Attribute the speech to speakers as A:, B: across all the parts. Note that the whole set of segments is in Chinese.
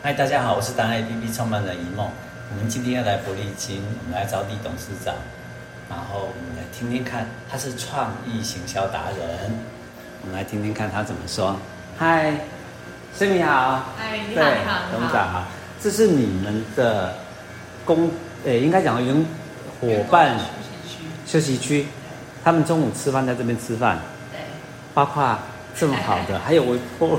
A: 嗨，大家好，我是达人 APP 创办人一梦。我们今天要来伯利金，我们来找李董事长，然后我们来听听看，他是创意行销达人，我们来听听看他怎么说。嗨，森你好。
B: 哎，你
A: 对，
B: 好，你好，
A: 董
B: 你
A: 事
B: 好。
A: 长啊，这是你们的工，呃，应该讲员伙伴
B: 员工休
A: 休息
B: 息区
A: 区，他们中午吃饭在这边吃饭，
B: 对，
A: 包括这么好的， 还有我我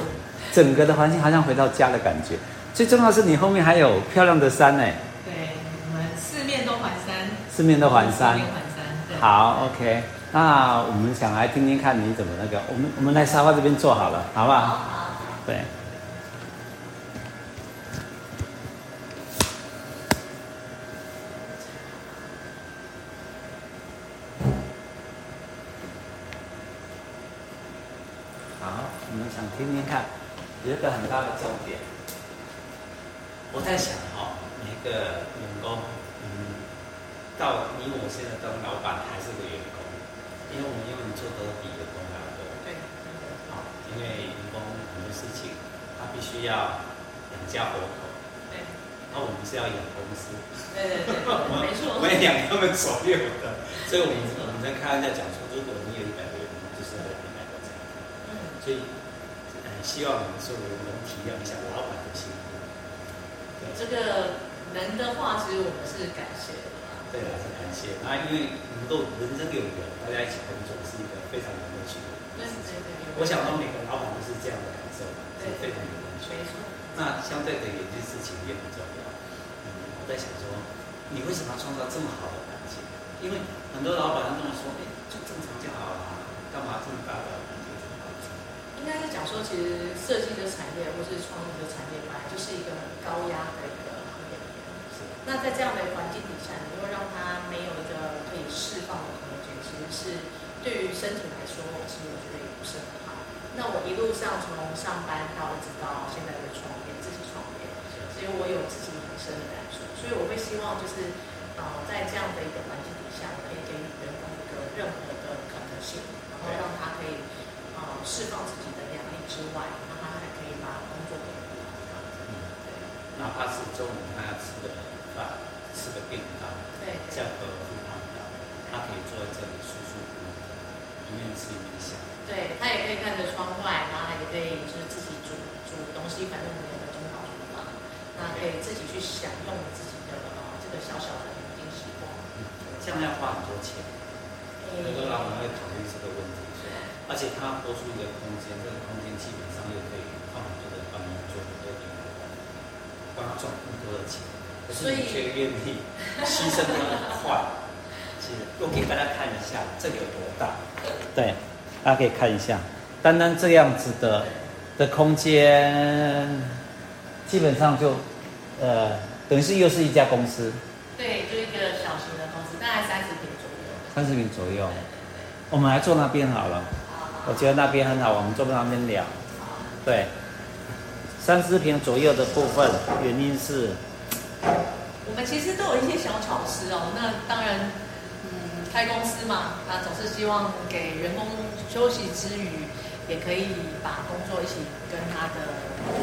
A: 整个的环境好像回到家的感觉。最重要的是你后面还有漂亮的山哎、
B: 对，我们四面都环山，
A: 四面都环山
B: 四。面环山，对。
A: 好，OK，那我们想来听听看你怎么那个，我们我们来沙发这边坐好了，好不
B: 好，
A: 好？
B: 好，
A: 对。好，我们想听听看，有一个很大的重点。我在想哦，每个员工，嗯，到你我现在当老板还是个员工，因为我们永远做得比员工来的。
B: 对，
A: 好，因为员工很多事情，他必须要养家活口，
B: 对，
A: 那我们是要养公司，
B: 对对对对，没错
A: 我，也养他们左右的，所以我们我们在开玩笑讲说，如果你有一百个员工，就是要有一百个产品，
B: 嗯，
A: 所以，呃，希望你们作为员工体谅一下老板的辛苦。
B: 这个人的话，其实我们是感谢的嘛。
A: 对老师感谢。那因为能够人生有缘，大家一起工作是一个非常有乐趣的
B: 对
A: 事
B: 对
A: 情。
B: 对，
A: 我想说每个老板都是这样的感受，是非常有乐趣的。
B: 没错，
A: 那相对的有一件事情也很重要。嗯，我在想说，你为什么要创造这么好的环境？因为很多老板都跟我说，哎，就正常就好了啊，干嘛这么大的环境？
B: 应该是讲说，其实设计的产业或是创意的产业，本来就是一个很高压的一个行业里面。
A: 是
B: 那在这样的环境底下，你会让他没有一个可以释放的空间，其实是对于身体来说，其实我觉得也不是很好。那我一路上从上班到一直到现在的创业，自己创业，所以我有自己很深的感触，所以我会希望就是，呃，在这样的一个环境底下，我可以给予员工一个任何的可能性，然后让他可以呃释放自己的压力之外，让他还可以把工作给做好。
A: 嗯，哪怕是中午他要吃个饭，吃个便当，
B: 对对
A: 叫个富胖达，他可以坐在这里舒舒服服的，一面吃一面想。
B: 对他也可以看着窗外，然后也可以就是自己煮煮东西，反正我们有个中岛厨房，那可以自己去享用自己的呃这个小小的宁静时光。
A: 这嗯样要花很多钱，
B: 诶
A: 很多老板会考虑这个问题，而且他拨出一个空间，这个空间基本上又可以放很多的帮你做很多的员工，帮他赚更多的钱，可是你却愿意牺牲掉一块，是我给大家看一下这个有多大，对，大家可以看一下，单单这样子的的空间，基本上就呃等于是又是一家公司，
B: 对，就一个小型的公司，大概三十平左右。
A: 三十平左右
B: 对对
A: 我们来坐那边好了。
B: 对，好
A: 我觉得那边很好，我们坐在那边聊。对，三十平左右的部分，原因是
B: 我们其实都有一些小巧思哦。那当然，嗯，开公司嘛，那总是希望给员工休息之余，也可以把工作一起跟他的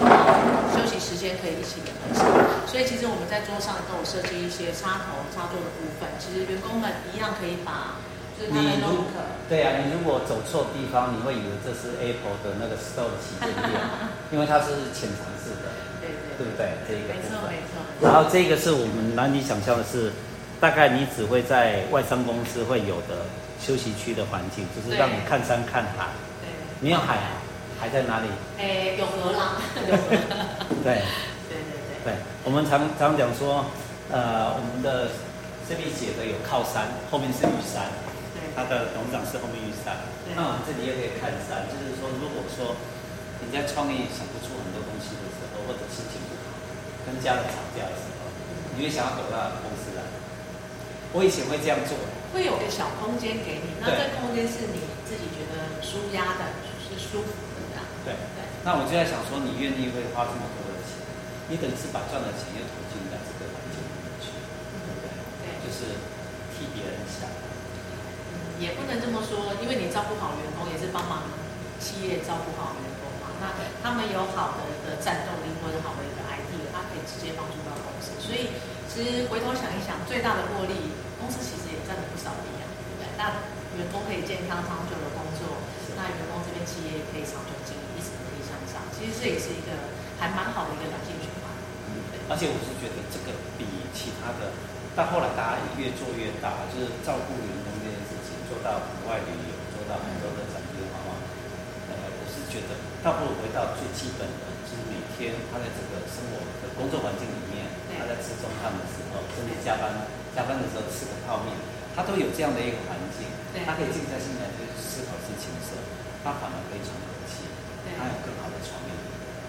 B: 呃休息时间可以一起完成。所以其实我们在桌上都有设计一些插头、插座的部分，其实员工们一样可以把就是他
A: 你
B: 们
A: 如
B: notebook
A: 对啊，你如果走错地方，你会以为这是 Apple 的那个 Store 旗舰 店，因为它是浅尝式的，
B: 对对
A: 对不对？这一个
B: 没
A: 部
B: 错
A: 分
B: 没。错。
A: 然后这个是我们难以想象的是，大概你只会在外商公司会有的休息区的环境，就是让你看山看海。
B: 对，
A: 没有海，
B: 哦
A: 海在哪里？
B: 诶，有荷兰，有荷兰，
A: 对。
B: 对对
A: 对，
B: 对。
A: 我们常常讲说，呃，我们的 C B 写的有靠山，后面是玉山，
B: 对
A: 它的董事长是后面玉山。
B: 对
A: 那我们这里也可以看山，就是说，如果说你在创业想不出很多东西的时候，或者心情不好，跟家人吵架的时候，你会想要躲到公司来。我以前会这样做，
B: 会有个小空间给你，那
A: 对
B: 这空间是你自己觉得舒压的，是舒服的这样。
A: 对。
B: 对
A: 那我就在想说，你愿意会花这么多的钱，你等于是把赚的钱又投进在这个环境里面去，对不对？
B: 对，
A: 就是替别人想。
B: 嗯也不能这么说，因为你照顾好员工，也是帮忙呃企业照顾好员工嘛。那他们有好的的战斗力或者好的一个 idea，其实回头想一想，最大的获利，公司其实也赚了不少利啊，对不对？那员工可以健康长久的工作，那员工这边企业也可以长久经营，一直可以向上。其实这也是一个还蛮好的一个良性循环。
A: 而且我是觉得这个比其他的，到后来大家也越做越大，就是照顾员工这件事情，做到国外旅游，做到很多的展地的话，呃，我是觉得倒不如回到最基本的，就是每天他在这个生活的工作环境里面，
B: 对
A: 他在吃中饭的时候，甚至加班加班的时候吃个泡面，他都有这样的一个环境
B: 对，
A: 他可以静下心来去思考事情的时候，他反而可以喘口气，
B: 对
A: 他有更好的创意。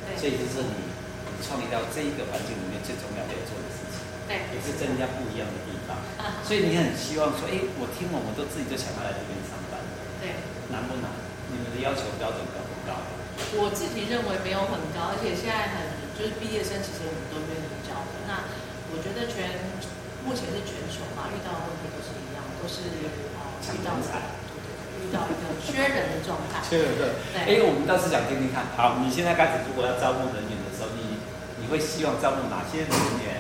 B: 对
A: 所以就是你你创立到这一个环境里面最重要的要做的事情，
B: 对
A: 也是增加不一样的地方。所以你很希望说，哎，我听完我都自己就想要来这边上班，
B: 对，
A: 难不难？你们的要求标准高不高？
B: 我自己认为没有很高，而且现在很就是毕业生其实我们都愿意教的。那我觉得全目前是全球嘛，遇到的问题都是一样，都是哦
A: 抢
B: 遇到
A: 人才
B: 对对对遇到一个缺人的状 态。
A: 确实。哎，我们倒是想听听看。好，你现在开始如果要招募人员的时候，你你会希望招募哪些人员？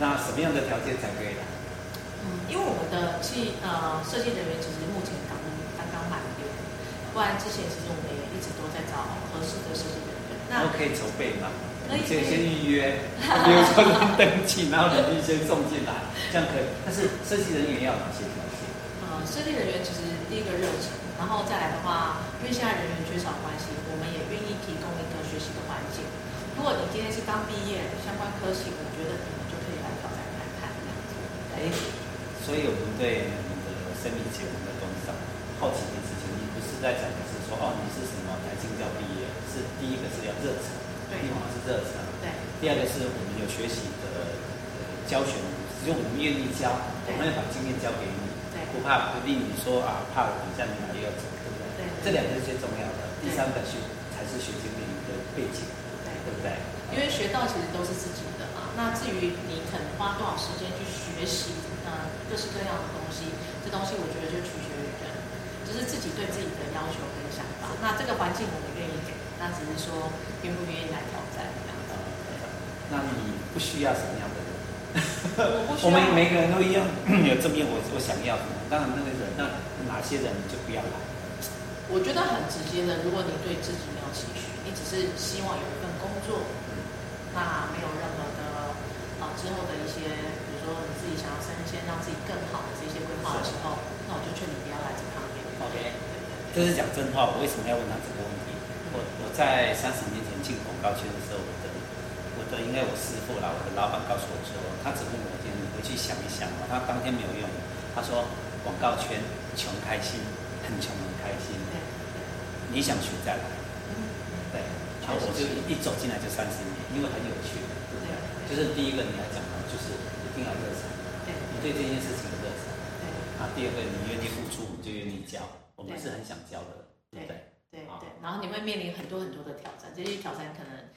A: 那什么样的条件才可以来？
B: 嗯，因为我们的计呃设计人员其实目前刚刚刚满编，不然之前其实我们也一直都在找合适的设计人员。
A: 然后
B: 那
A: 可以筹备嘛？
B: 可以
A: 你先先预 约，比如说先登记，然后人力先送进来，这样可以。但是设计人员要有哪些条件？
B: 呃设计人员其实第一个热情，然后再来的话，因为现在人员缺少关系，我们也愿意提供一个学习的环境。如果你今天是刚毕业相关科系，我觉得你们就可以来挑战看看这样子。
A: 哎，所以我们对我们的生理前我们的工商好奇的事情，你不是在讲的是说哦，你是什么台青教毕业？是第一个是要热忱，
B: 对
A: 第一个是热忱，
B: 对
A: 第二个是我们有学习的呃教学，只有我们愿意教，我
B: 对
A: 们要把经验交给你，
B: 对
A: 不怕不令你说啊，怕我等一下你哪里要走，对不对？
B: 对
A: 这两个是最重要的，第
B: 对
A: 三个是才是学经历的背景，
B: 对。
A: 对不对？
B: 因为学到其实都是自己的嘛。那至于你肯花多少时间去学习，呃，各式各样的东西，这东西我觉得就取决于人，就是自己对自己的要求跟想法。那这个环境我们愿意给，那只是说愿不愿意来挑战这样
A: 啊
B: 子。
A: 那你不需要什么样的人？
B: 我不需要
A: 我们每个人都一样， 有正面我我想要什么，当然那个人，那哪些人你就不要来。
B: 我觉得很直接的，如果你对自己没有期许，你只是希望有一份工作，那没有任何的呃之后的一些，比如说你自己想要升迁，让自己更好的这些规划的时候，那我就劝你不要来这行业。
A: OK
B: 对对
A: 这是讲真话，我为什么要问他这个问题？
B: 嗯
A: 我我在三十年前进广告圈的时候，我的我的应该我师傅啦，我的老板告诉我说，他只问我一件，你回去想一想哦。他当天没有用，他说广告圈穷开心，很穷很开心，
B: 对对
A: 你想学再来。
B: 嗯
A: 对，然后我就一走进来就三十年，因为很有趣，对不对？就是第一个你要讲的，就是一定要热忱，
B: 对
A: 你对这件事情的热忱。
B: 对
A: 啊，第二个你愿意付出，你就愿意教，我们是很想教的，对不对？
B: 对对，然后你会面临很多很多的挑战，这些挑战可能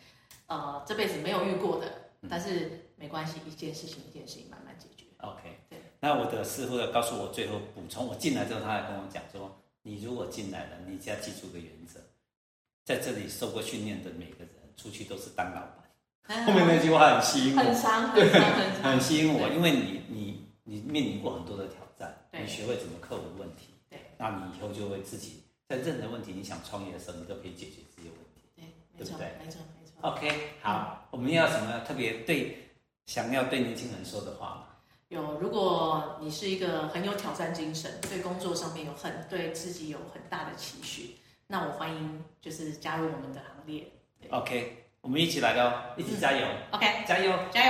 B: 呃这辈子没有遇过的，
A: 嗯
B: 但是没关系，一件事情一件事情慢慢解决。
A: OK，
B: 对
A: 那我的师傅要告诉我最后补充，我进来之后他还跟我讲说，你如果进来了，你就要记住个原则，在这里受过训练的每个人出去都是当老板。后面那句话 很吸引
B: 很
A: 我，
B: 长很长很长，
A: 很吸引我，
B: 对
A: 因为你你你面临过很多的挑战，
B: 对
A: 你学会怎么克服问题，
B: 对
A: 那你以后就会自己在任何问题，你想创业的时候，你都可以解决这些问题。
B: 对，没错
A: 对
B: 没错没错。
A: OK，好，
B: 嗯
A: 我们要什么特别对想要对年轻人说的话吗？
B: 有，如果你是一个很有挑战精神，对工作上面有很对自己有很大的期许，那我欢迎就是加入我们的行列。
A: OK，我们一起来喽，一起加油，
B: OK，
A: 加油！
B: 加油！